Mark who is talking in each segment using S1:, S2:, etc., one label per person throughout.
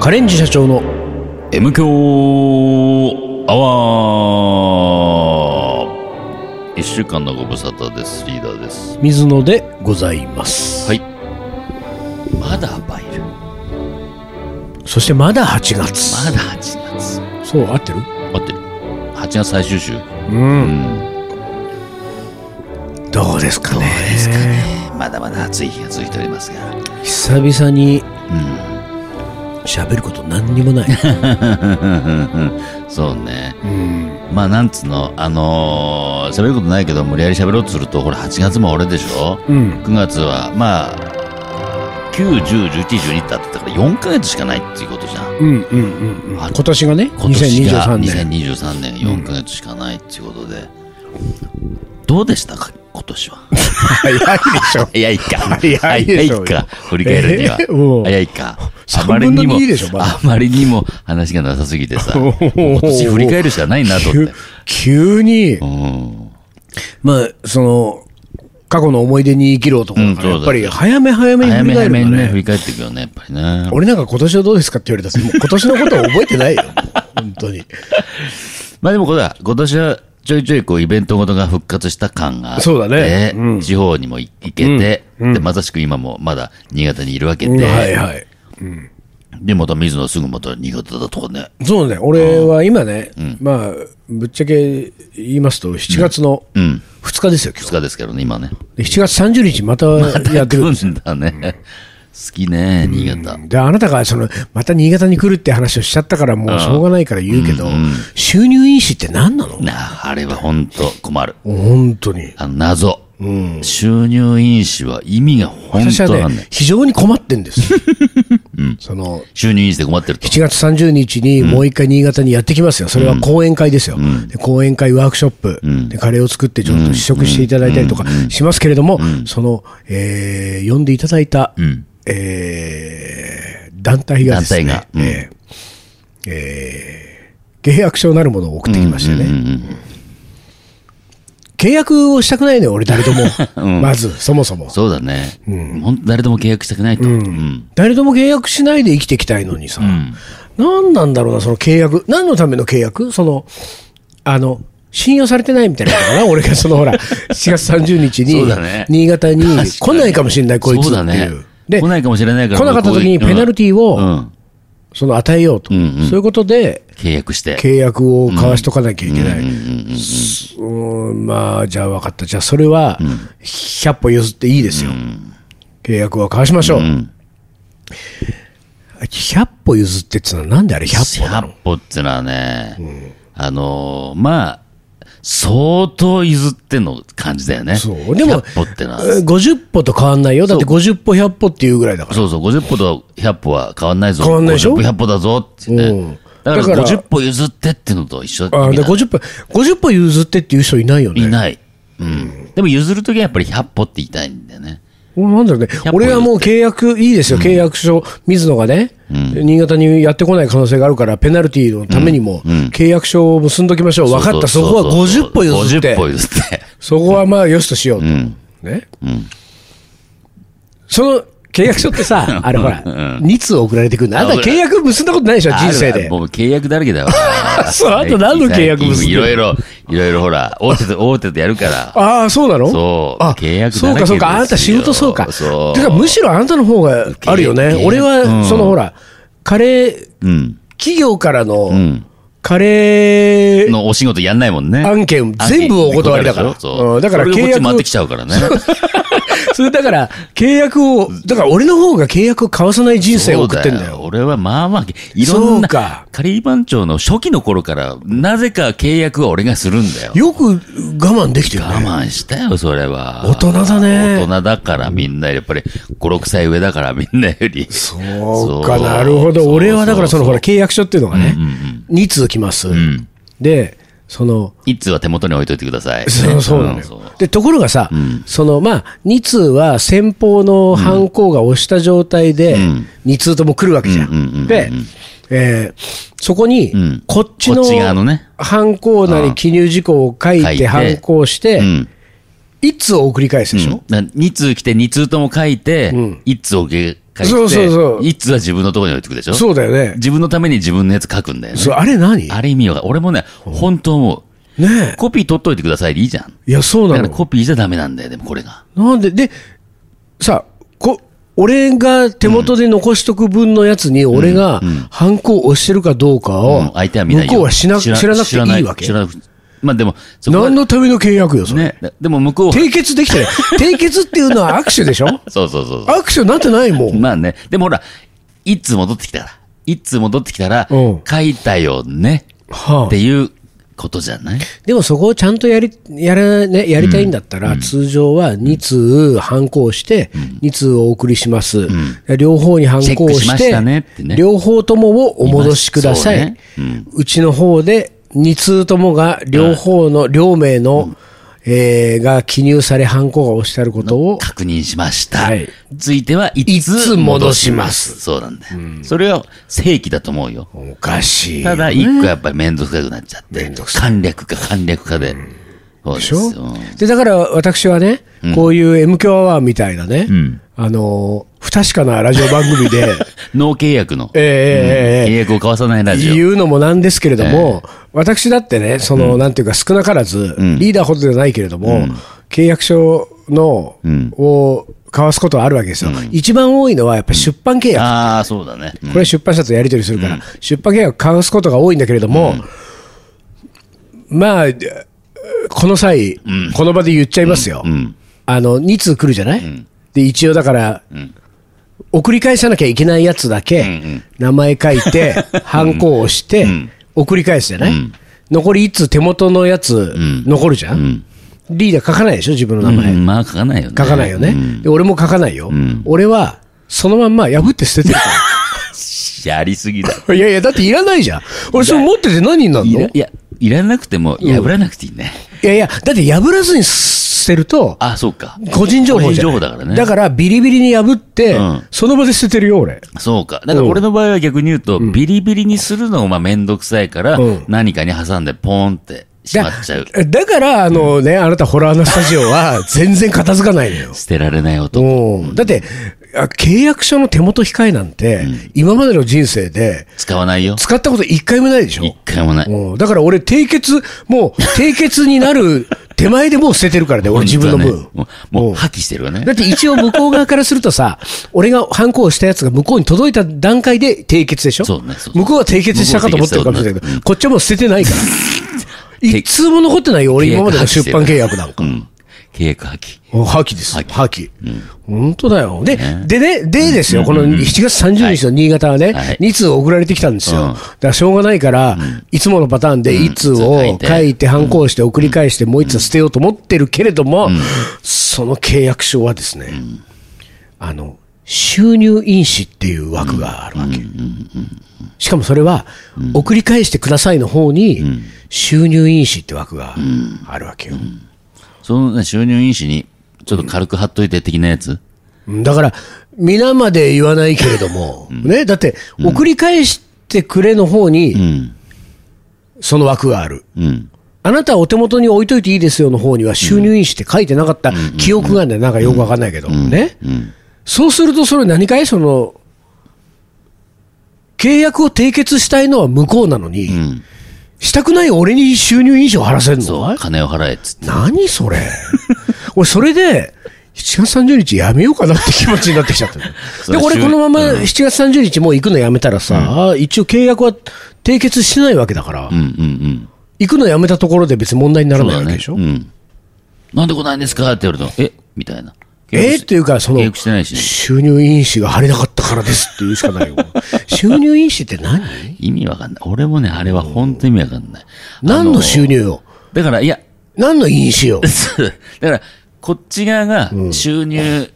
S1: カレンジ社長の
S2: M 強アワー一週間のご無沙汰です。リーダーです。
S1: 水野でございます。
S2: はい。まだバイル。
S1: そしてまだ8月。
S2: まだ8月。
S1: そう、合ってる
S2: 待ってる。8月最終週。
S1: うん。どうですかね。
S2: まだまだ暑い日が続いておりますが。
S1: 久々に喋ること何にも ない。
S2: そうね。
S1: うん。
S2: まあ、なんつうの、あのー喋ることないけど、無理やり喋ろうとすると、ほら、8月も俺でしょ
S1: うん。
S2: 9月は、まあ、9、10、11、12ってあったから4ヶ月しかないっていうことじゃん。
S1: うんうんうんうん。
S2: あ
S1: 今年がね、
S2: 今年が
S1: 2023年。
S2: 2023年4ヶ月しかないっていうことで。どうでしたか今年は。
S1: 早いでしょ。
S2: 早いか。
S1: 早いでしょうよ
S2: か。振り返るには
S1: え。うん
S2: 早いか。あ
S1: 3
S2: まりに
S1: 分の
S2: も
S1: 2でしょ、まだ
S2: あまりにも話がなさすぎて さ。
S1: お
S2: もう
S1: ー
S2: 今年振り返るしかないなと思って
S1: 急。急に
S2: う、ん。
S1: まあ、その、過去の思い出に生きる男だか
S2: う
S1: ら、
S2: ん
S1: やっぱり
S2: そうだ
S1: 早め早めに
S2: 早
S1: 振
S2: め
S1: り返
S2: 早
S1: る
S2: め
S1: ん
S2: に
S1: だ
S2: ね、
S1: ね
S2: 振。り返っていくよね、やっぱりね。
S1: 俺なんか今年はどうですかって言われたら、もう今年のことは覚えて ないよ。本当に。
S2: まあでもこれは、今年はちょいちょいこうイベントごとが復活した感があって、
S1: そうだねうん
S2: 地方にも行けて、で、まさしく今もまだ新潟にいるわけで、
S1: はいはい。
S2: で、また水野すぐまた新潟だとかね。
S1: そうね、俺は今ね、まあ、ぶっちゃけ言いますと、7月の
S2: うん。
S1: 2日ですよ、今
S2: 2
S1: 日。
S2: 日ですけどね、今ね。
S1: で7月30日、またやってくるんですよ。
S2: んだね。好きね、新潟。
S1: で、あなたが、その、また新潟に来るって話をしちゃったから、もうしょうがないから言うけど、収入因子って何なの
S2: なあ、あれは本当困る。
S1: 本当に。
S2: あの、謎。収入因子は意味が本
S1: 私は
S2: 当わかんな
S1: ね
S2: い。、
S1: 非常に困ってんです。その、
S2: 収入因子で困ってると。
S1: 7月30日にもう一回新潟にやってきますよ。それは講演会ですよ。で講演会、ワークショップ、でカレーを作ってちょっと試食していただいたりとかしますけれども、その、えー呼んでいただいた、えー団体がですね、
S2: 団体がうん
S1: えーえー契約書なるものを送ってきましてね。契約をしたくないのよ、俺誰と も。まず、そもそも。
S2: そうだね。本当誰とも契約したくないと。うん
S1: 誰とも契約しないで生きていきたいのにさ、何なんだろうな、その契約、何のための契約その、あの、信用されてないみたいなのか な俺がそのほら、7月30日
S2: そ
S1: に
S2: うだね、
S1: 新潟に
S2: 確かに
S1: 来ないかもしれない、こいつっていう。
S2: そうだね。
S1: で
S2: 来、ないかもしれないから。
S1: 来なかった時にペナルティを
S2: うんうん
S1: その与えようと。
S2: うんうん
S1: そういうことで、
S2: 契約して。
S1: 契約を交わしとかなきゃいけない。
S2: うんうんうん
S1: うーん、まあ、じゃあ分かった。じゃあそれは、100歩譲っていいですよ。契約は交わしましょう。
S2: ん
S1: 100歩譲ってってのはなんであれ100歩なの
S2: 100歩ってのはね、あのーまあ、相当譲っての感じだよね。
S1: そう。でも、
S2: 100歩ってのは。
S1: 50歩と変わんないよ。だって50歩100歩っていうぐらいだから。
S2: そうそう、50歩と100歩は変わんないぞ。
S1: 変わんないでしょ
S2: 50歩100歩だぞってね。
S1: うん
S2: だから
S1: だから
S2: 50歩譲ってってのと一緒
S1: あ
S2: 意
S1: あ
S2: 味
S1: で
S2: ない
S1: 50歩、50歩譲ってっていう人いないよね。
S2: いない。うん。でも譲るときはやっぱり100歩って言いたいんだよね。
S1: 俺なんだろうね。
S2: 歩
S1: 俺はもう契約、いいですよ。契約書、水野がね、新潟にやってこない可能性があるから、ペナルティのためにも、契約書を結んどきましょう。分かった。そこは50歩譲っ
S2: 50
S1: て
S2: 歩。譲って。
S1: そこはまあ、よしとしようと。ね。その、契約書って さ、あれほら、2通送られてくるんだ。あんた契約結んだことないでしょ、人生で
S2: あるある。もう契約だらけだよ。あ
S1: そうあと何の契約結んで
S2: い
S1: る
S2: ろいろ、いろいろほら、大手と、大手とやるから。
S1: ああ、そうなの
S2: そう
S1: あ
S2: 契約だ
S1: そう
S2: らけ
S1: か、そう
S2: です
S1: か。あ
S2: よ
S1: なた仕事そうか。
S2: そう
S1: てか、むしろあなたの方があるよ
S2: 契
S1: ね。
S2: 約
S1: 俺
S2: う
S1: は、
S2: ん
S1: そのほら、カレー、
S2: うん。
S1: 企業からの
S2: ん、
S1: カレ ー
S2: のお仕事やんないもんね。
S1: 案件、全部お断りだから。
S2: 案件でしょそ
S1: う
S2: う
S1: んだから
S2: それが
S1: 契
S2: こっち
S1: 約
S2: 回ってきちゃうからね。
S1: それだから、契約を、だから俺の方が契約を交わさない人生を送ってんだ
S2: そう
S1: よ。
S2: 俺はまあまあ、いろん
S1: そう
S2: な、
S1: か
S2: カリー番長の初期の頃から、なぜか契約は俺がするんだよ。
S1: よく我慢できてるね。
S2: 我慢したよ、それは。
S1: 大人だね
S2: 大人だからみんな、やっぱり5、6歳上だからみんなより。
S1: そうか、なるほど。俺はだからそのほら、契約書っていうのがね、2通来ます。で、その、
S2: いつは手元に置いといてください。
S1: そうそうなの
S2: んそう
S1: よ。で、ところがさ、その、まあ、2通は先方の犯行が押した状態で、2通とも来るわけじゃ
S2: うんうんうんうん
S1: ん。で、えーそこに
S2: ん、
S1: こっちの
S2: こっち側のね
S1: 犯行なり記入事項を書い
S2: 書い
S1: て
S2: て
S1: 犯行して
S2: う、ん。
S1: 1通を送り返すでしょ
S2: な2通来て2通とも書いて、1通を受け借りて、
S1: そうそうそう
S2: 一通は自分のところに置いてくでしょ
S1: そうだよね。
S2: 自分のために自分のやつ書くんだよね。
S1: そう、あれ何
S2: あれ意味わかん俺もね、本当思
S1: ね
S2: う。コピー取っといてくださいでいいじゃん。
S1: え。いや、そうな
S2: だから
S1: の。
S2: コピーじゃダメなんだよ、でもこれが。
S1: なんで、で、さ、こ、俺が手元で残しとく分のやつに、俺がハンコを押してるかどうか
S2: うん
S1: を、
S2: 相手は見ないよ
S1: 向こうはしな知らなくて
S2: 知ら
S1: いいわけ
S2: 知。らなくまあでも、そこは
S1: 何のための契約よ、それ。
S2: ね、でも向こうは、
S1: 締結できてない。締結っていうのは握手でしょ
S2: そうそうそうそ
S1: 握手になってないも
S2: う。
S1: ん。
S2: まあね、でもほら、一通戻ってきたら、一通戻ってきたら、
S1: うん
S2: 書いたよね、
S1: はあ
S2: っていうことじゃない
S1: でもそこをちゃんとやり、やら、ね、やりたいんだったら、通常は2通反抗して、2通お送りします。両方に反抗を
S2: チェックし
S1: し
S2: ま
S1: て、
S2: したねってね
S1: 両方ともをお戻しください。
S2: いうますそうね
S1: ちの方で、2通ともが両方の、両名の、えーが記入され、反抗が押してあることを、
S2: 確認しました。
S1: はい
S2: ついては、い
S1: いつ
S2: つ
S1: 戻します。
S2: そうなんだよ。それは正規だと思うよ。
S1: おかしい。
S2: ただ、一個やっぱり面倒くさくなっちゃって。
S1: 面倒く
S2: 簡略化、簡略化で。そうで
S1: ですしょ
S2: よ。
S1: で、だから私はね、こういう M 響アワーみたいなね、あのー不確かなラジオ番組 で、
S2: 脳契約の。
S1: ええええええ
S2: 契約を交わさないラジオ。
S1: 言うのもなんですけれども、私だってね、その、なんていうか、少なからず、リーダーほどではないけれども、契約書の、を交わすことはあるわけですよ。一番多いのは、やっぱり出版契約。
S2: ああ、そうだね。うん
S1: これは出版社とやり取りするから、出版契約交わすことが多いんだけれども、まあ、この際、この場で言っちゃいますよ。
S2: ん
S1: あの、2通来るじゃない、で、一応だから、送り返さなきゃいけないやつだけ、名前書い て、ハンコを押して、送り返すじゃない、残り1通手元のやつ、残るじゃん、リーダー書かないでしょ自分の名前。
S2: うんまあ書かないよね。
S1: 書かないよね、で。俺も書かないよ。俺は、そのまんま破って捨ててるから。
S2: やりすぎだ。
S1: いやいや、だっていらないじゃん。俺、それ持ってて何になる
S2: い
S1: の
S2: ら
S1: い
S2: いや、いらなくても、破らなくていいね。
S1: やいや、だって破らずに捨てると、
S2: あ、そうか。
S1: 個人情報
S2: 個
S1: じゃない
S2: 情報だからね。
S1: だから、ビリビリに破って、
S2: うん
S1: その場で捨ててるよ、俺。
S2: そうか。だから俺の場合は逆に言うと、ビリビリにするのもまあめんどくさいから
S1: うん、
S2: 何かに挟んでポーンってしま
S1: だ
S2: っちゃう。
S1: だから、あのね、あなた、ホラーのスタジオ は、全然片付かないのよ。
S2: 捨てられない男。
S1: うん、だって、あ契約書の手元控えなんて、今までの人生で、
S2: 使わないよ。
S1: 使ったこと一回もないでしょ
S2: 一。回もない。
S1: うんだから俺、締結、もう、締結になる手前でもう捨ててるからね、俺自分の分。
S2: 本当はねもう、もう破棄してるよね
S1: だっ。て一応向こう側からするとさ、俺が反抗したやつが向こうに届いた段階で締結でしょ
S2: そうねそう
S1: 向こうは締結したかと思ってるかもしれないけど、こっちはもう捨ててないから。一通も残ってないよ、俺今までの出版契約なんか
S2: う。ん。契約破棄。
S1: お破棄です。破棄。本当だよ。で、でね、でですよ、この7月30日の新潟は
S2: は
S1: ね
S2: い、
S1: 2通送られてきたんですよ。だからしょうがないから、いつものパターンで1通
S2: 書
S1: を
S2: いて
S1: 書いて、反抗して送り返して、もう1通捨てようと思ってるけれども、その契約書はですね、あの、収入印紙っていう枠があるわけ。しかもそれは、送り返してくださいの方に、収入印紙って枠があるわけよ。
S2: そのね収入印紙に、ちょっと軽く貼っといて的なや
S1: う
S2: つ。
S1: んだから、皆まで言わないけれども、ね、だって、送り返してくれの方
S2: う
S1: に、
S2: ん。
S1: その枠がある。
S2: うん。
S1: あなたはお手元に置いといていいですよの方には収入印紙って書いてなかった記憶があるんだよ。なんかよくわかんないけど。ね。そうすると、それ何かいその、契約を締結したいのは向こうなのに、
S2: ん
S1: したくない俺に収入印紙を貼らせるの
S2: そう、金を払えっつって。
S1: 何それ 俺それで7月30日やめようかなって気持ちになってきちゃっ たの
S2: それ
S1: で俺
S2: 週
S1: このまま7月30日もう行くのやめたらさ、一応契約は締結してないわけだから、
S2: うんうんうん。
S1: 行くのやめたところで別に問題になら
S2: そう
S1: ない
S2: だ
S1: わけ
S2: ね。
S1: でしょ、
S2: うん。なんで来ないんですかって言われたら、えみたいな。
S1: えーっていうか、その
S2: 契約してないし、ね、
S1: 収入印紙が貼れなかったからですって言うしかないよ。 収入印紙って何
S2: 意味わかんない。俺もね、あれは本当に意味わかんない。
S1: 何の収入よ。
S2: だから、いや、
S1: 何の印紙よ。
S2: だから、こっち側が収入、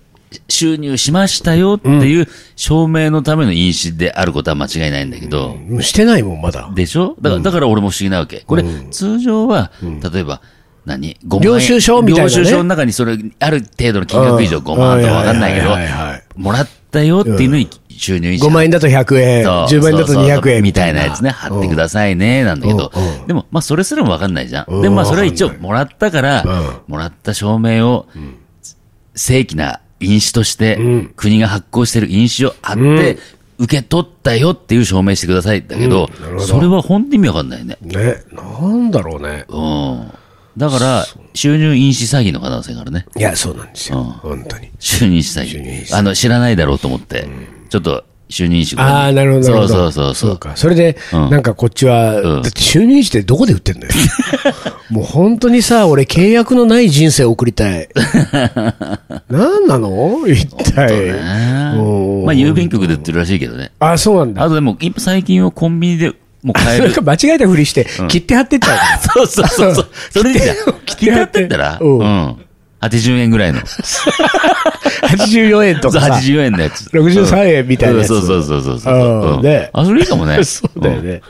S2: 収入しましたよっていう証明のための印紙であることは間違いないんだけど、
S1: してないもん、まだ。
S2: でしょだから、だから俺も不思議なわけ。これ、通常は、例えば、何5万円
S1: 領収書みたいなね
S2: 領収書の中にそれ、ある程度の金額以上
S1: うん
S2: 5万とかわかんないけど
S1: はいはいはいはい、
S2: もらったよっていうのに収入印
S1: 5
S2: 紙。
S1: 万円だと100円、
S2: そう
S1: 10万円だと200円
S2: みたいなやつね、貼ってくださいね、なんだけど
S1: うんう、
S2: でも、まあ、それすらもわかんないじゃ
S1: うん
S2: ん。でも、まあ、それは一応、
S1: わかん
S2: もらったから、もらった証明を、正規な印紙として、国が発行してる印紙を貼って、受け取ったよっていう証明してください。だけど、それは本当に意味わかんないね。
S1: ね、なんだろうね。
S2: うん。だから、収入印紙詐欺の可能性があるね。
S1: いや、そうなんですよ。本当に。
S2: 収入印紙
S1: 収入印
S2: 詐欺。
S1: 紙
S2: あの、知らないだろうと思って、ちょっと、収入印紙
S1: ああ、なるほど、なるほど。
S2: そうそうそうそう。
S1: か。それで、なんかこっちは、だって就任してどこで売って んのよ。もう本当にさ、俺契約のない人生を送りた い。なんなの一体。
S2: ね
S1: おー
S2: まあ、郵便局で売ってるらしいけどね。
S1: あ、そうなんだ。
S2: あとでも、今最近はコンビニでもう買 え
S1: なん
S2: る。
S1: か間違えたふりして、切って貼ってっちゃうから。
S2: そうそうそうそう。それでいいじゃん。
S1: 着
S2: 切
S1: て
S2: り
S1: 貼
S2: 貼
S1: っ
S2: っててったら、
S1: うん
S2: うん。80円ぐらいの。
S1: 84円と
S2: そう、
S1: かさ。
S2: 80円のやつ。
S1: 63円みたいなやつ
S2: うんそうそうそうそうそう
S1: うん
S2: うん
S1: ね
S2: あ、それいいかも ね。
S1: そうだよね。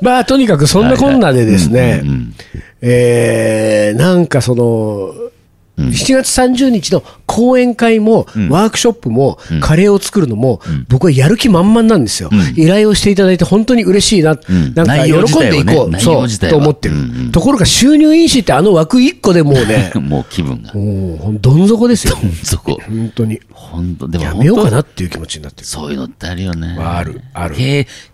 S1: まあ、とにかくそんなこんなでですね、えーなんかその、7月30日の講演会も、ワークショップも、カレーを作るのも、僕はやる気満々なんですよ。依頼をしていただいて本当に嬉しいな、
S2: ん
S1: なんか
S2: 内容自
S1: 喜ん
S2: 体
S1: でい
S2: はね
S1: こう、
S2: 内
S1: そ
S2: 容
S1: う、
S2: 自体は
S1: と思ってる。
S2: うん、
S1: ところが収入印紙ってあの枠1個でもうね
S2: もう気分が。
S1: もうどん底ですよ。
S2: そこ。
S1: 本当に。
S2: 本当でも
S1: やめ
S2: 本
S1: よう
S2: 当
S1: かなっていう気持ちになってる。
S2: そういうのってあるよね。
S1: あるある
S2: 形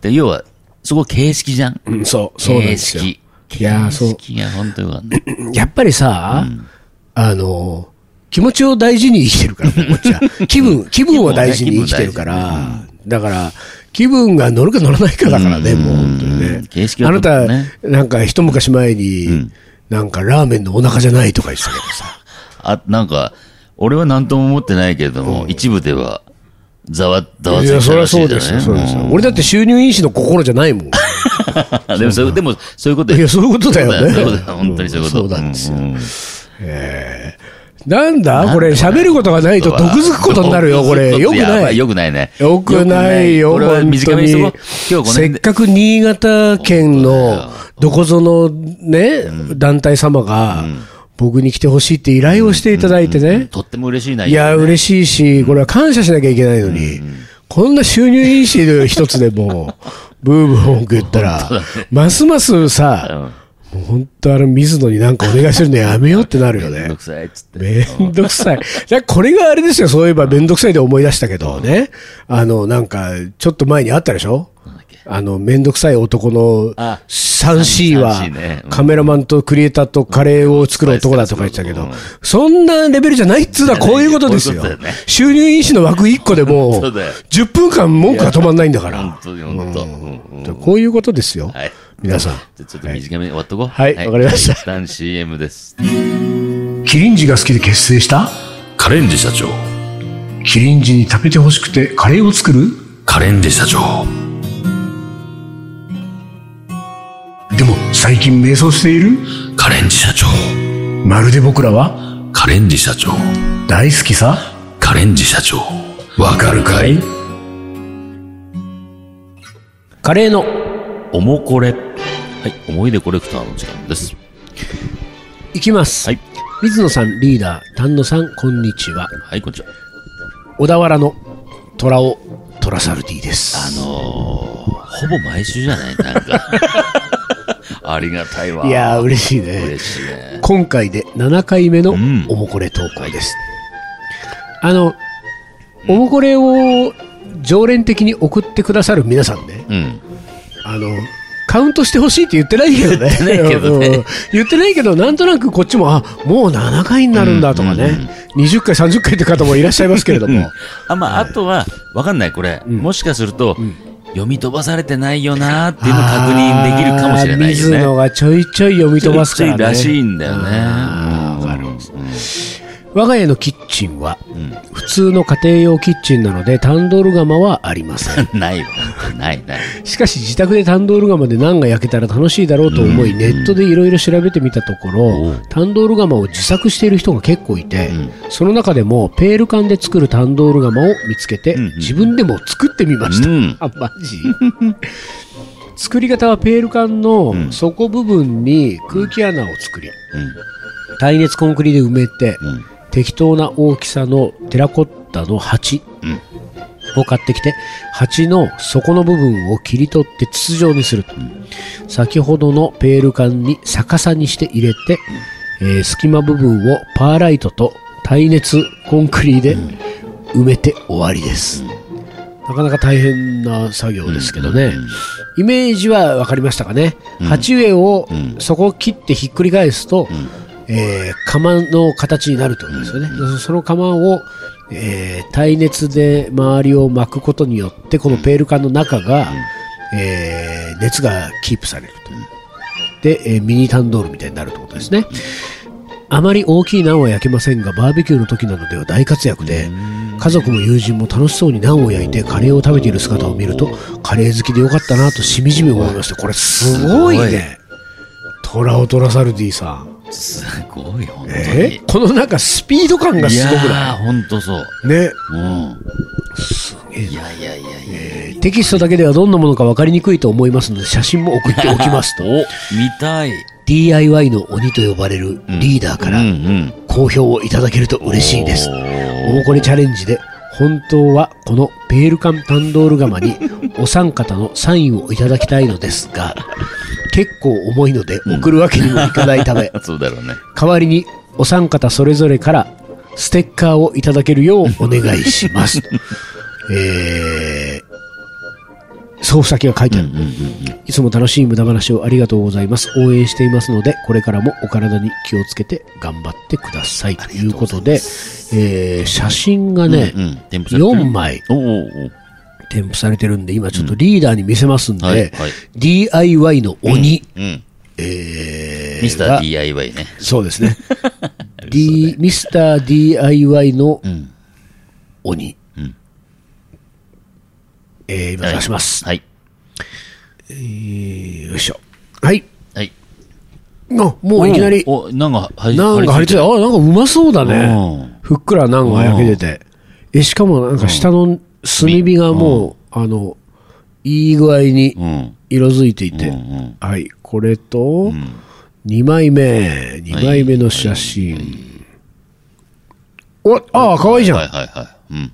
S2: で要は、そこ形式じゃん。
S1: うん、そう、そうなんで
S2: 形
S1: すよ。
S2: 式。
S1: いやー
S2: 形
S1: そう
S2: 式が本当よかった。
S1: やっぱりさ、あの、気持ちを大事に生きてる から、こっちは。気分、気分を大事に生きてるから。だから、気分が乗るか乗らないかだからね、もう本当に
S2: うん
S1: ね。
S2: 形式
S1: あ
S2: は
S1: な
S2: とっても
S1: た
S2: ね、
S1: なんか一昔前に、なんかラーメンのお腹じゃないとか言ってたけどさ。
S2: あ、なんか、俺は何とも思ってないけれども、一部では、ざわ、ざわ
S1: い
S2: つ
S1: や、
S2: い
S1: そ
S2: た
S1: り
S2: ら
S1: ゃ
S2: しい
S1: そう
S2: じゃ
S1: ですよ、そうですよ
S2: な。い
S1: 俺だって収入因子の心じゃないもん。
S2: うんでも、そう、でも、そういうこと
S1: い
S2: よ
S1: や、そういうことだよね。
S2: そうだよ本当にそういうこと。
S1: んそうなんですよ。
S2: んうん
S1: なんだこれ、喋ることがないと毒づくことになるよ、これ。よく
S2: やば
S1: ない。
S2: よくないね。
S1: よくないよ、
S2: これは
S1: 本
S2: 短
S1: 当
S2: めに
S1: に
S2: しとこう。今日この
S1: せ
S2: 辺
S1: っ
S2: で。
S1: かく新潟県のどこぞのね、団体様が、僕に来てほしいって依頼をしていただいてね。
S2: とっても嬉しいない
S1: や、嬉しいし、これは感謝しなきゃいけないのに、こんな収入因子の一つでも、 ブーブー文句言ったら、ますますさ、もう本当あの水野になんかお願いするのやめようってなるよ
S2: めん
S1: ね
S2: ど。くさいっつって。
S1: めんどくさい。だこれがあれですよ、そういえばめんどくさいで思い出したけどね。あの、なんか、ちょっと前にあったでしょあの、めんどくさい男の
S2: あ
S1: 3C は
S2: 3C ねうん、
S1: カメラマンとクリエイターとカレーを作る男だとか言ってたけ
S2: う
S1: ど
S2: ん、
S1: そんなレベルじゃないっつうのはこういうことですよ
S2: こういうことだよね。
S1: 収入因子の枠1個でも、
S2: そうだよ
S1: 10分間文句が止まんないんだか
S2: 本
S1: ら。
S2: 当に本当。うんうん
S1: こういうことですよ。
S2: はい。
S1: 皆さん。
S2: じゃあちょっと短めに終わっとこう。
S1: はいわかりました
S2: 一旦 CM です。
S1: キリンジが好きで結成した
S3: カレンジ社長
S1: キリンジに食べてほしくてカレーを作る
S3: カレンジ社長
S1: でも最近迷走している
S3: カレンジ社長
S1: まるで僕らは
S3: カレンジ社長
S1: 大好きさ
S3: カレンジ社長わかるかい
S1: カレーの
S2: おもこれ。はい。思い出コレクターの時間です。
S1: いきます、
S2: はい。
S1: 水野さんリーダー丹野さんこんにちは
S2: はい、こんにちは。
S1: 小田原の虎尾虎サルティで
S2: あ
S1: す
S2: のー、ほぼ毎週じゃないなん か。ありがたいわ。
S1: いやー嬉しいね
S2: 嬉しいね。
S1: 今回で7回目の
S2: ん
S1: おもこれ投稿です、あのおもこれを常連的に送ってくださる皆さんね
S2: うん。
S1: あのカウントしてほしいって言ってないけどね。
S2: 言ってないけどね
S1: うん言ってないけど、なんとなくこっちも、あ、もう7回になるんだとかね。20回、30回って方もいらっしゃいますけれども。
S2: あ、まあ、あとは、わかんない、これ。もしかすると、読み飛ばされてないよなーっていうのを確認できるかもしれ
S1: あー
S2: ないよ
S1: 水野
S2: ね。
S1: がちょいちょい読み飛ばすからね。
S2: らしいんだよね。
S1: あーわかる
S2: うん
S1: 我が家のキッチンは、普通の家庭用キッチンなので、タンドール窯はありま せん。
S2: ないわ。ない、ない。
S1: しかし自宅でタンドール窯でナンが焼けたら楽しいだろうと思い、ネットでいろいろ調べてみたところ、タンドール窯を自作している人が結構いて、その中でもペール缶で作るタンドール窯を見つけて、自分でも作ってみました。
S2: うん
S1: あ、マジ作り方はペール缶の底部分に空気穴を作り、耐熱コンクリで埋めて、適当な大きさのテラコッタの鉢を買ってきて鉢の底の部分を切り取って筒状にすると、先ほどのペール缶に逆さにして入れて、えー隙間部分をパーライトと耐熱コンクリで埋めて終わりです。なかなか大変な作業ですけどね。イメージは分かりましたかね。鉢植えをそこを切ってひっくり返すと、えー釜の形になるということですよね。その釜を、えー耐熱で周りを巻くことによって、このペール管の中が、えー熱がキープされると。で、えーミニタンドールみたいになるということですね。あまり大きいナンは焼けませんが、バーベキューの時などでは大活躍で、家族も友人も楽しそうにナンを焼いてカレーを食べている姿を見ると、カレー好きでよかったなとしみじみ思いました。これすごいね。トラオトラサルディさん。
S2: すごい、本当に。
S1: えこのなんかスピード感が
S2: い
S1: す
S2: や
S1: ごくな
S2: ー、本当そう。
S1: いね。
S2: うん。いやいやいやいや。
S1: テキストだけではどんなものか分かりにくいと思いますので、写真も送っておきます と。
S2: 見たい。
S1: DIY の鬼と呼ばれるリーダーから
S2: うんうん。
S1: 好評をいただけると嬉しいです
S2: お。
S1: おもこれチャレンジで、本当はこのペール缶タンドール釜にお三方のサインをいただきたいのですが、結構重いので送るわけにもいかないため、
S2: ーそうだろうね。
S1: 代わりにお三方それぞれからステッカーをいただけるようお願いし ます。えー、送付先が書いてある。いつも楽しい無駄話をありがとうございます。応援していますので、これからもお体に気をつけて頑張ってください。ということで、えー写真がね、
S2: うん。添付されてる
S1: 4枚
S2: おおおー
S1: 添付されてるんで、今ちょっとリーダーに見せますんで、
S2: はいはい
S1: DIY の鬼、
S2: うん。
S1: えー
S2: ミスタ
S1: が
S2: ー DIY ね。
S1: そうです ね。D、ミスター DIY の鬼。えー、今出します。
S2: はい。
S1: よいしょ。はい。
S2: はい。
S1: あ、もういきなり、
S2: お、なんか、はい
S1: なんか張り付いて、あ、なんかうまそうだ
S2: う
S1: ね。ふっくらなんか焼けてて。え、しかもなんか下の炭火がもう、あの、いい具合に
S2: うん。
S1: 色づいていて。
S2: うんうん
S1: はい、これと、2枚目、2枚目の写真。お、ああ、かわいいじゃん
S2: はい。はいはい。うん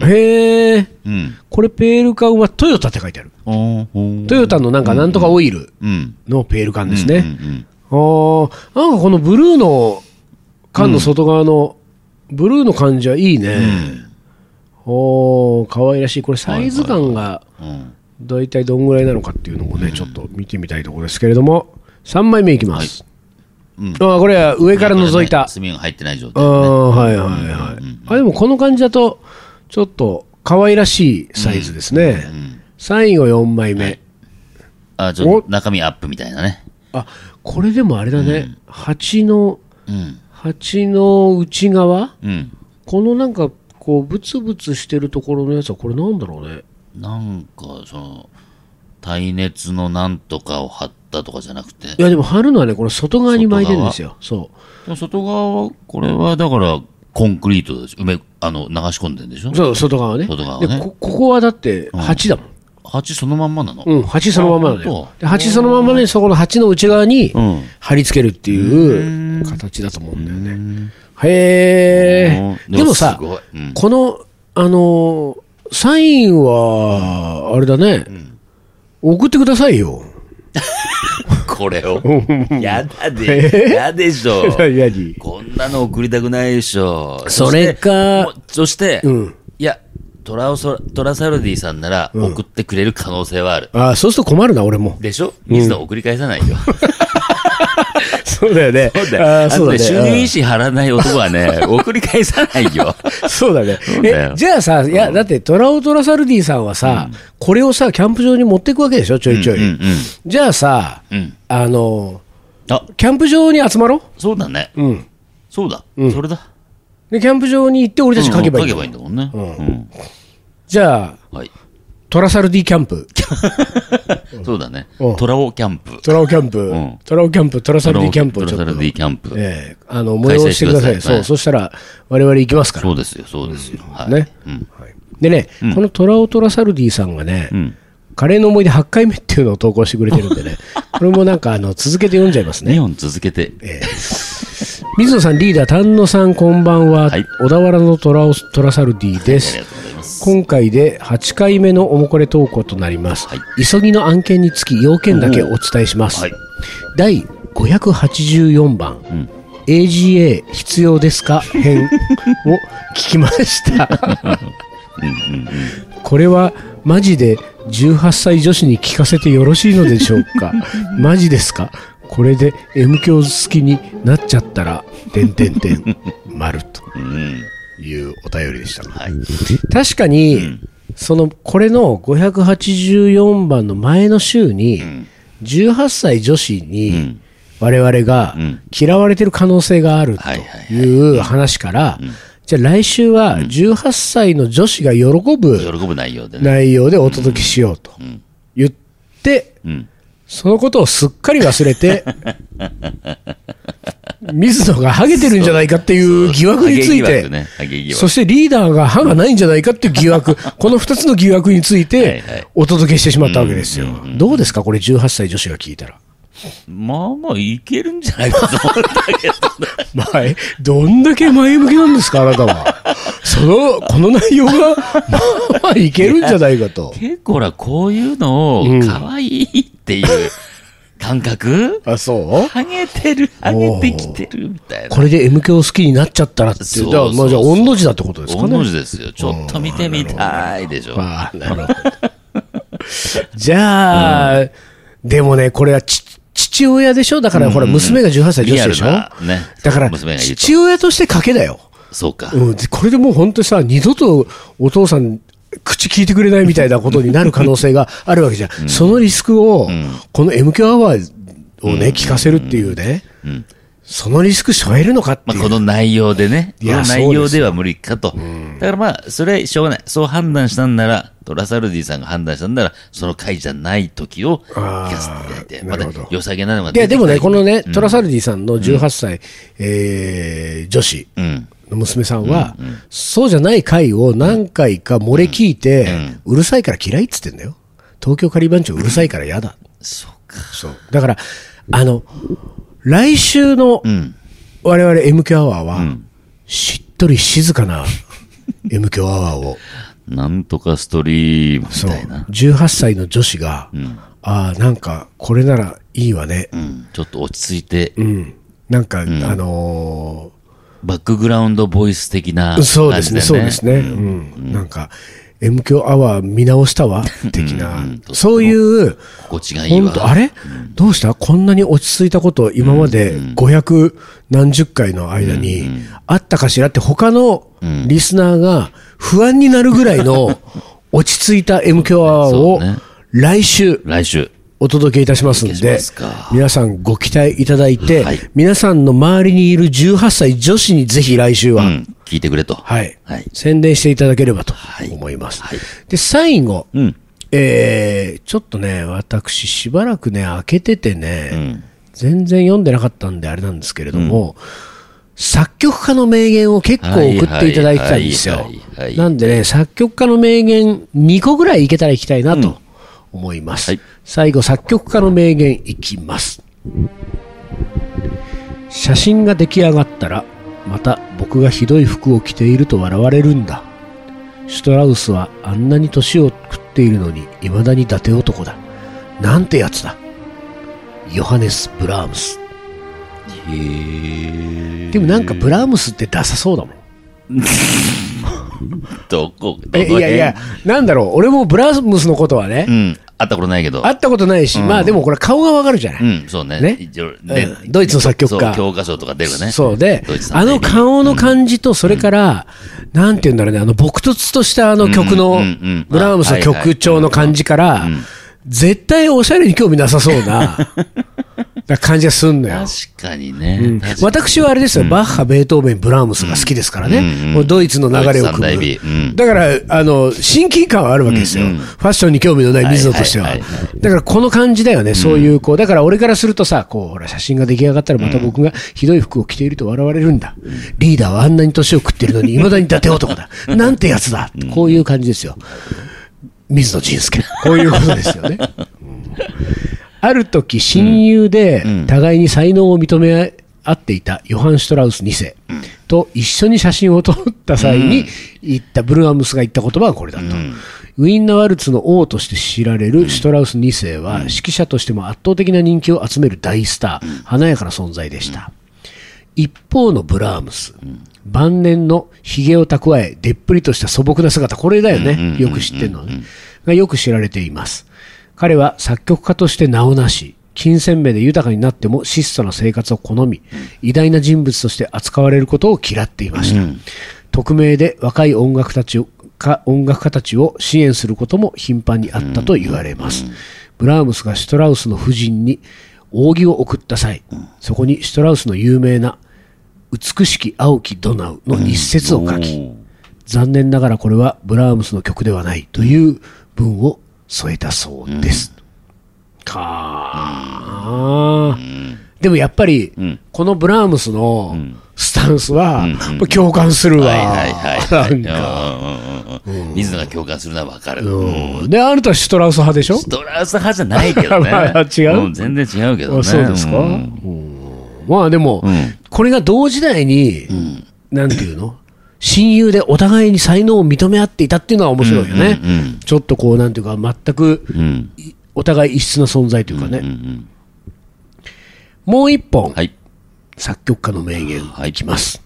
S2: うん
S1: へえ、
S2: うん。うん。
S1: これペール缶はトヨタって書いてある。
S2: おーおー
S1: トヨタのなんかなんとかオイル
S2: うん。
S1: のペール缶です
S2: うんう
S1: ね。
S2: ん。
S1: ああ、なんかこのブルーの缶の外側の、ブルーの感じはいいね。おー、かわいらしい。これサイズ感が
S2: うん。
S1: 大体どんぐらいなのかっていうのもね、ちょっと見てみたいところですけれども、3枚目いきます。ああ、これは上から覗いた。
S2: 炭が入ってない状
S1: あ
S2: 態。
S1: あ、はいはいはい。あ、でもこの感じだと、ちょっと可愛らしいサイズですね。サインを4枚目。
S2: あ、ちょっと中身アップみたいなね。
S1: あ、これでもあれだね。鉢の、
S2: うん。
S1: 鉢の内側
S2: うん。
S1: このなんか、こう、ブツブツしてるところのやつは、これなんだろうね。
S2: なんか、その、耐熱のなんとかを貼ったとかじゃなくて、
S1: いや、でも貼るのはね、この外側に巻いてるんですよ。そう。
S2: でも外側は、これはだから、コンクリートです。埋め、あの、流し込んでんでしょ
S1: そう、外側ね。
S2: 外側ね
S1: でこ、ここはだって、鉢だもん。
S2: 鉢そのまんまなの
S1: うん、鉢そのまんまなの
S2: あ
S1: よ
S2: 本。当
S1: で鉢そのまんまね、そこの鉢の内側に
S2: ん
S1: 貼り付けるっていう形だと思うんだよね。へ
S2: う
S1: え。
S2: ん
S1: でもさ
S2: でもすごいうん、
S1: この、あのー、サインは、あれだね、送ってくださいよ。
S2: これ を。やだで、やでしょ。こんなの送りたくないでしょ。
S1: それか
S2: そして、もうそ
S1: ん
S2: していや、トラオソラ、トラサルディさんなら送ってくれる可能性はある。
S1: ああ、そうすると困るな、俺も。
S2: でしょ水野送り返さないよ。
S1: そうだよね。
S2: そうだよ。あ
S1: そう
S2: と
S1: だ
S2: ね、収入
S1: ね
S2: 意。思張らない男 はね、送り返さないよ。
S1: そうだね。
S2: だ
S1: え、
S2: よ
S1: じゃあさ、いや、だってトラオトラサルディさんはさ、これをさ、キャンプ場に持っていくわけでしょ、ちょいちょい。
S2: うんうんうん
S1: じゃあさ、
S2: うん
S1: あの、
S2: あ、
S1: キャンプ場に集まろう。
S2: そうだね。
S1: うん。
S2: そうだ。それだ。
S1: で、キャンプ場に行って俺たち書けばいい。
S2: 書けばいいんだもんね。うん
S1: じゃあ、
S2: はい。
S1: トラサルディキャンプ。
S2: そうだね。
S1: うん
S2: トラオキャン プ。
S1: トラオキャンプ
S2: ん。
S1: トラオキャンプ、トラサルディキャンプを
S2: ト
S1: ちょ
S2: ラサ
S1: っと
S2: ル。ディキャンプ。
S1: ええあの、催してください。
S2: 開催してください
S1: そ
S2: は
S1: う。
S2: い
S1: そしたら、我々行きますから。
S2: そうですよ、そうですよ。はい。
S1: ね
S2: うん。
S1: でね、このトラオトラサルディさんがね、カレーの思い出8回目っていうのを投稿してくれてるんで ね、これもなんかあの続けて読んじゃいますね。
S2: ネオン続けて。
S1: 水野さん、リーダー、丹野さん、こんばんは。
S2: はい
S1: 小田原のトラオトラサルディで
S2: あ
S1: す
S2: り。がとうございます。
S1: 今回で8回目のおもこれ投稿となります、
S2: はい
S1: 急ぎの案件につき要件だけお伝えします、
S2: はい
S1: 第584番、 AGA 必要ですか編を聞きました。 これはマジで18歳女子に聞かせてよろしいのでしょう かマジですかこれで M 教好きになっちゃったら、てんてんてん、丸というお便りでした。
S2: はい。
S1: 確かに、その、これの584番の前の週に、18歳女子に、我々が嫌われてる可能性がある
S2: はいはい
S1: という話から、じゃあ来週は18歳の女子が喜ぶ
S2: 喜ぶ内容でね。
S1: 内容でお届けしようと言って、
S2: うん。
S1: そのことをすっかり忘れ て、水野がハゲてるんじゃないかっていう疑惑につい
S2: ハ
S1: て
S2: ゲ疑惑ねハゲ疑、惑
S1: そしてリーダーが歯がないんじゃないかっていう疑 惑、この2つの疑惑につい
S2: はい
S1: て
S2: はい
S1: お届けしてしまったわけですよ。どうですかこれ18歳女子が聞いたら。
S2: まあまあいけるんじゃないかと思った けどね。
S1: 前、どんだけ前向きなんですかあなたは。その、この内 容が、まあまあいけるんじゃないかと。
S2: 結構ほら、こういうのを、可愛いっていう感覚
S1: あ、そう
S2: ハゲてる、ハゲてきてるみたいな。
S1: これで M 教好きになっちゃったらってい。
S2: そうう
S1: だからまあじゃあ、
S2: そうそう
S1: 御の字だってことですか
S2: 同
S1: ね。
S2: じですよ。ちょっと見てみたいでしょ。
S1: ああ、なるほど。じゃあ、でもね、これはち父親でしょだから、ほら、娘が18歳女子でしょ、
S2: リアルなね
S1: だから、
S2: 娘がいると
S1: 父親として賭けだよ。
S2: そうか。
S1: うん、でこれでもう本当にさ、二度とお父さん、口聞いてくれないみたいなことになる可能性があるわけじゃん。そのリスクを、この MQ アワーをね、聞かせるっていうね、そのリスクしょえるのかって
S2: まあ、
S1: いう。
S2: この内容でね、
S1: い
S2: こ
S1: や
S2: の内容では無理かと。だからまあ、それはしょうがない。そう判断したんなら、トラサルディさんが判断したんなら、その回じゃない時を聞かせていただい
S1: あ
S2: て、
S1: ーな
S2: ま
S1: る
S2: だ
S1: ほど
S2: 良さげなのが
S1: いや、でもね、この
S2: ね、
S1: ね、トラサルディさんの18歳、えー女子
S2: うん。
S1: の娘さんは、そうじゃない回を何回か漏れ聞いて、うるさいから嫌いっつってんだよ。東京カリバン長うるさいから嫌だ。
S2: そうか。
S1: そう。だから、あの、来週の
S2: うん。
S1: 我々 MQ アワーは、しっとり静か な MQ アワーを、
S2: なんとかストリーム
S1: そ
S2: み
S1: う、
S2: たいな。
S1: 18歳の女子が、ああ、なんか、これならいいわね。
S2: うん。ちょっと落ち着いて、
S1: うん。なんか、あのー
S2: バックグラウンドボイス的な感じだ
S1: そ
S2: よ
S1: うですね、そうですね。うん。なんか、M 響アワー見直したわ、的な。そういう、
S2: 心地がいい
S1: 本当
S2: わ。
S1: あれどうしたこんなに落ち着いたこと、今まで500何十回の間にあったかしらって他のリスナーが不安になるぐらい の落ち着いた M 響アワーを
S2: そうね
S1: 来週
S2: 来週。
S1: お届けいたしますん
S2: お届
S1: で
S2: けしますか、
S1: 皆さんご期待いただいて
S2: はい、
S1: 皆さんの周りにいる18歳女子にぜひ来週
S2: う
S1: は
S2: ん。聞いてくれと。
S1: はい。
S2: はい。
S1: 宣伝していただければと
S2: はい
S1: 思います。
S2: はい
S1: で、最後、
S2: うん。
S1: えー、ちょっとね、私、しばらくね、開けててね、
S2: ん
S1: 全然読んでなかったんで、あれなんですけれども、作曲家の名言を結構送っていただいてたんですよ
S2: はいはいはいは。い
S1: なんでね、作曲家の名言2個ぐらいいけたらいきたいなと思います。
S2: はい
S1: 最後、作曲家の名言いきます。写真が出来上がったら、また僕がひどい服を着ていると笑われるんだ。シュトラウスはあんなに年を食っているのに未だに伊達男だ。なんてやつだ。ヨハネス・ブラームス。でもなんかブラームスってダサそうだもん。
S2: どこ、どこ
S1: えいやいや、なんだろう。俺もブラームスのことはね、
S2: うん。会ったことないけど。
S1: 会ったことないし、まあでもこれ顔がわかるじゃない。
S2: うん、そうね。
S1: ね
S2: 一応
S1: うんドイツの作曲家
S2: そう教科書とか出るね。
S1: そうで
S2: ドイツ、さ
S1: あ
S2: んね
S1: の顔の感じと、それから、なんて言うんだろうね、あの、朴突としたあの曲の
S2: うんうんうん、
S1: ブラームスの
S2: はいはい
S1: 曲調の感じから、絶対おしゃれに興味なさそう なな感じがすんのよ。
S2: 確かにね。確かに
S1: 私はあれですよ、バッハ、ベートーベン、ブラームスが好きですからね、
S2: うん
S1: こうドイツの流れを組
S2: ドイツ三大美う
S1: む。
S2: ん
S1: だから、あの、親近感はあるわけですよ。
S2: うんうん
S1: ファッションに興味のない水野としては。
S2: はいはいはい
S1: だからこの感じだよね、そういう、こう、だから俺からするとさ、こう、ほら、写真が出来上がったらまた僕がひどい服を着ていると笑われるんだ。リーダーはあんなに年を食ってるの に、未だに伊達男だ。なんてやつだ。こういう感じですよ。水野仁介。こういうことです よね。ある時、親友で互いに才能を認め合っていたヨハン・シュトラウス2世と一緒に写真を撮った際に言った、ブルームスが言った言葉はこれだと。ウィンナ・ワルツの王として知られるシュトラウス2世は指揮者としても圧倒的な人気を集める大スター、華やかな存在でした。一方のブラームス、晩年のひげを蓄え、でっぷりとした素朴な姿、これだよね、よく知ってるのはね、がよく知られています。彼は作曲家として名をなし、金銭面で豊かになっても質素な生活を好み、偉大な人物として扱われることを嫌っていました。匿名で若い音楽たちをか音楽家たちを支援することも頻繁にあったと言われます。ブラームスがシュトラウスの夫人に扇を送った際、そこにシュトラウスの有名な美しき青きドナウの一節を書き、残念ながらこれはブラームスの曲ではないという文を添えたそうです。かあ、でもやっぱり、このブラームスのスタンスは、これ共感するわ。
S2: はいはいはいはい。
S1: なんか。
S2: うんうんうんうん水野が共感するのはわかる。
S1: うんで、あなたはシュトラウス派でしょ
S2: ストラウス派じゃないけどね。
S1: まあ違うん
S2: 全然違うけどね。
S1: あそうですか、
S2: ん
S1: うんまあでも、これが同時代に、なんていうの親友でお互いに才能を認め合っていたっていうのは面白いよね。ちょっとこう、なんていうか、全く、
S2: うん。
S1: いお互い異質な存在というかね。
S2: うん
S1: もう一本、
S2: はい。
S1: 作曲家の名言
S2: はい
S1: いきます。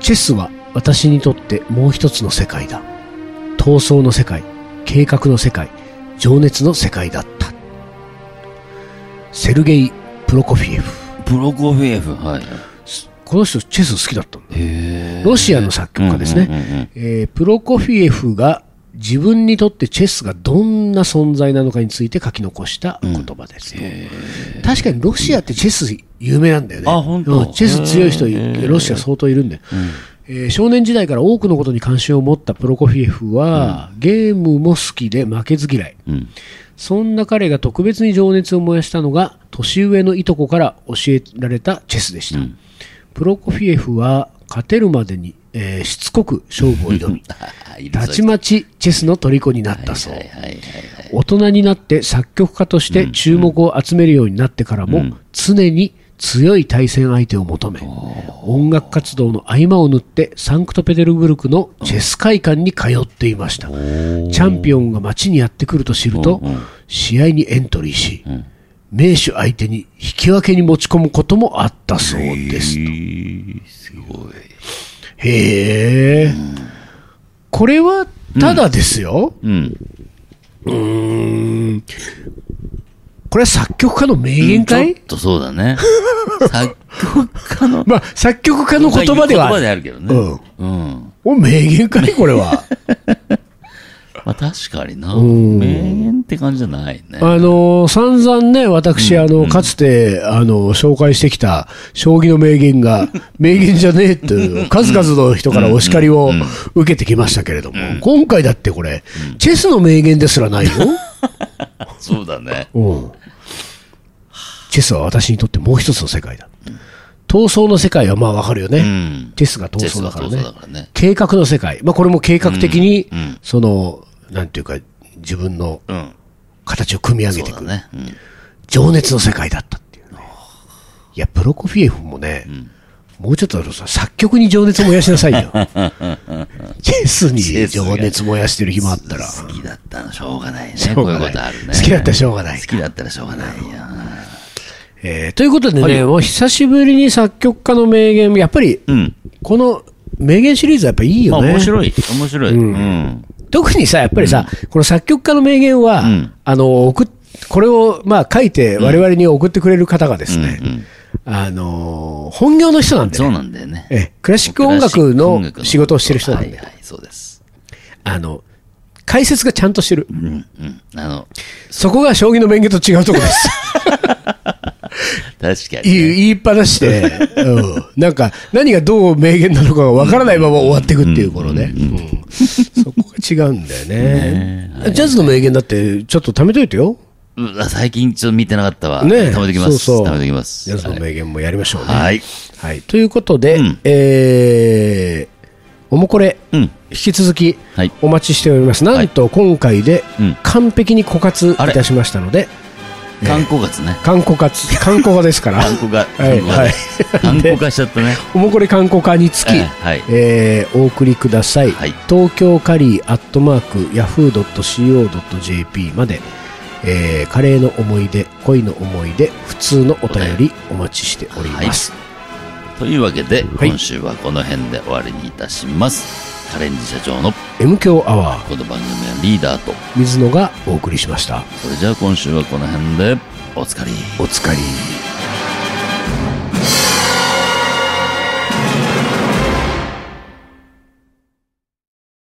S1: チェスは私にとってもう一つの世界だ。闘争の世界、計画の世界、情熱の世界だった。セルゲイ・プロコフィエフ。
S2: プロコフィエフ。はい。
S1: この人、チェス好きだったんだよ
S2: へ
S1: ロシアの作曲家ですね。
S2: うんうんうんうん
S1: えープロコフィエフが自分にとってチェスがどんな存在なのかについて書き残した言葉です。確かにロシアってチェス有名なんだよね。
S2: あ本当
S1: うんチェス強い人、ロシア相当いるんだよ。えー少年時代から多くのことに関心を持ったプロコフィエフは、ゲームも好きで負けず嫌い、
S2: ん
S1: そんな彼が特別に情熱を燃やしたのが年上のいとこから教えられたチェスでした、プロコフィエフは勝てるまでに、えーしつこく勝負を 挑み
S2: あいる
S1: たちまちチェスの虜になったそう、
S2: はいはいはいはい。
S1: 大人になって作曲家として注目を集めるようになってからも常に強い対戦相手を求め音楽活動の合間を縫ってサンクトペテルブルクのチェス会館に通っていましたチャンピオンが街にやってくると知ると試合にエントリーし名手相手に引き分けに持ち込むこともあったそうです
S2: えーすごい。
S1: へえこれはただですよ、
S2: うん。
S1: これは作曲家の名言
S2: ち
S1: かい、
S2: ょっとそう だね。作曲家の
S1: まあ、作曲家の言葉ではあ
S2: 言葉
S1: る。
S2: であるけどね。
S1: うん
S2: うん。
S1: お名言かね、これ は。
S2: まあ確かにな。名言って感じじゃない
S1: あ
S2: ね。
S1: のー散々ね、私、あの、かつて、あの、紹介してきた、将棋の名言 が、名言じゃねえっていう、数々の人からお叱りを受けてきましたけれども、今回だってこれ、チェスの名言ですらない よ。
S2: そうだ ね。
S1: うんチェスは私にとってもう一つの世界だ。闘争の世界はまあわかるよね。
S2: ん
S1: チェスが闘
S2: チェス
S1: 争だ
S2: が
S1: から
S2: 闘
S1: ね
S2: 争だ。からね。
S1: 計画の世界、まあ、これも計画的に、そのなんていうか、自分の
S2: うん。
S1: 形を組み上げてい
S2: そう
S1: く、
S2: だね。うん。
S1: 情熱の世界だったっていうね、いや、プロコフィエフもね、もうちょっとさ作曲に情熱燃やしなさい よ、チェスに情熱燃やしてる暇あったら、
S2: 好きだったのしょうがないね。
S1: しょ
S2: こ
S1: う
S2: う
S1: が
S2: いう
S1: な
S2: こ
S1: い
S2: とあるね。
S1: 好きだったらしょうがない
S2: 好きだったらしょうがないよ。
S1: えーということでね、もう久しぶりに作曲家の名言、やっぱり、
S2: うん。
S1: この名言シリーズはやっぱいい
S2: まあ
S1: よね。
S2: 面白い。面白い。うん。
S1: 特にさ、やっぱりさ、この作曲家の名言は、
S2: ん
S1: あの、送っこれを、まあ、書いて、我々に送ってくれる方がですね、あの、本業の人なんで、
S2: そう
S1: ね、
S2: なんだよね。
S1: ええクラシック音楽の仕事をしてる人なん
S2: はい
S1: で、
S2: はい、そうです。
S1: あの、解説がちゃんとしてる。
S2: うん。うん。あの、
S1: そこが将棋の勉強と違うところです。言 い
S2: 確かにね。
S1: 言いっぱなしで、うん、なんか、何がどう名言なのかがわからないまま終わっていくっていうこのね、うんそこが違うんだよね。ジャズの名言だって、ちょっと貯めといてよ。
S2: うわ最近ちょっと見てなかったわ。
S1: ねえ
S2: 食べてきます。
S1: そうそう
S2: 食べてきます。
S1: ジャズの名言もやりましょうね。
S2: はい。はい。
S1: はい、ということで、
S2: うん
S1: えーおもこれ、
S2: うん。
S1: 引き続き
S2: はい
S1: お待ちしております。なんと今回で
S2: うん
S1: 完璧に枯渇いたしましたので、
S2: 観光月ね。
S1: 観光活、観光化ですから、
S2: 観光が、
S1: はいはい
S2: 観光化しちゃったね。
S1: おもこれ観光化につき、
S2: ええはい。
S1: えーお送りください、
S2: はい
S1: 東京カリーアットマーク yahoo.co.jp まで、えーカレーの思い出、恋の思い出、普通のお便りお待ちしております。
S2: というわけで、
S1: い
S2: 今週はこの辺で終わりにいたします。カレンジ社長の
S1: M 強アワー、
S2: この番組はリーダーと、
S1: 水野がお送りしました。
S2: それじゃあ今週はこの辺で、おつかり。
S1: お疲れ。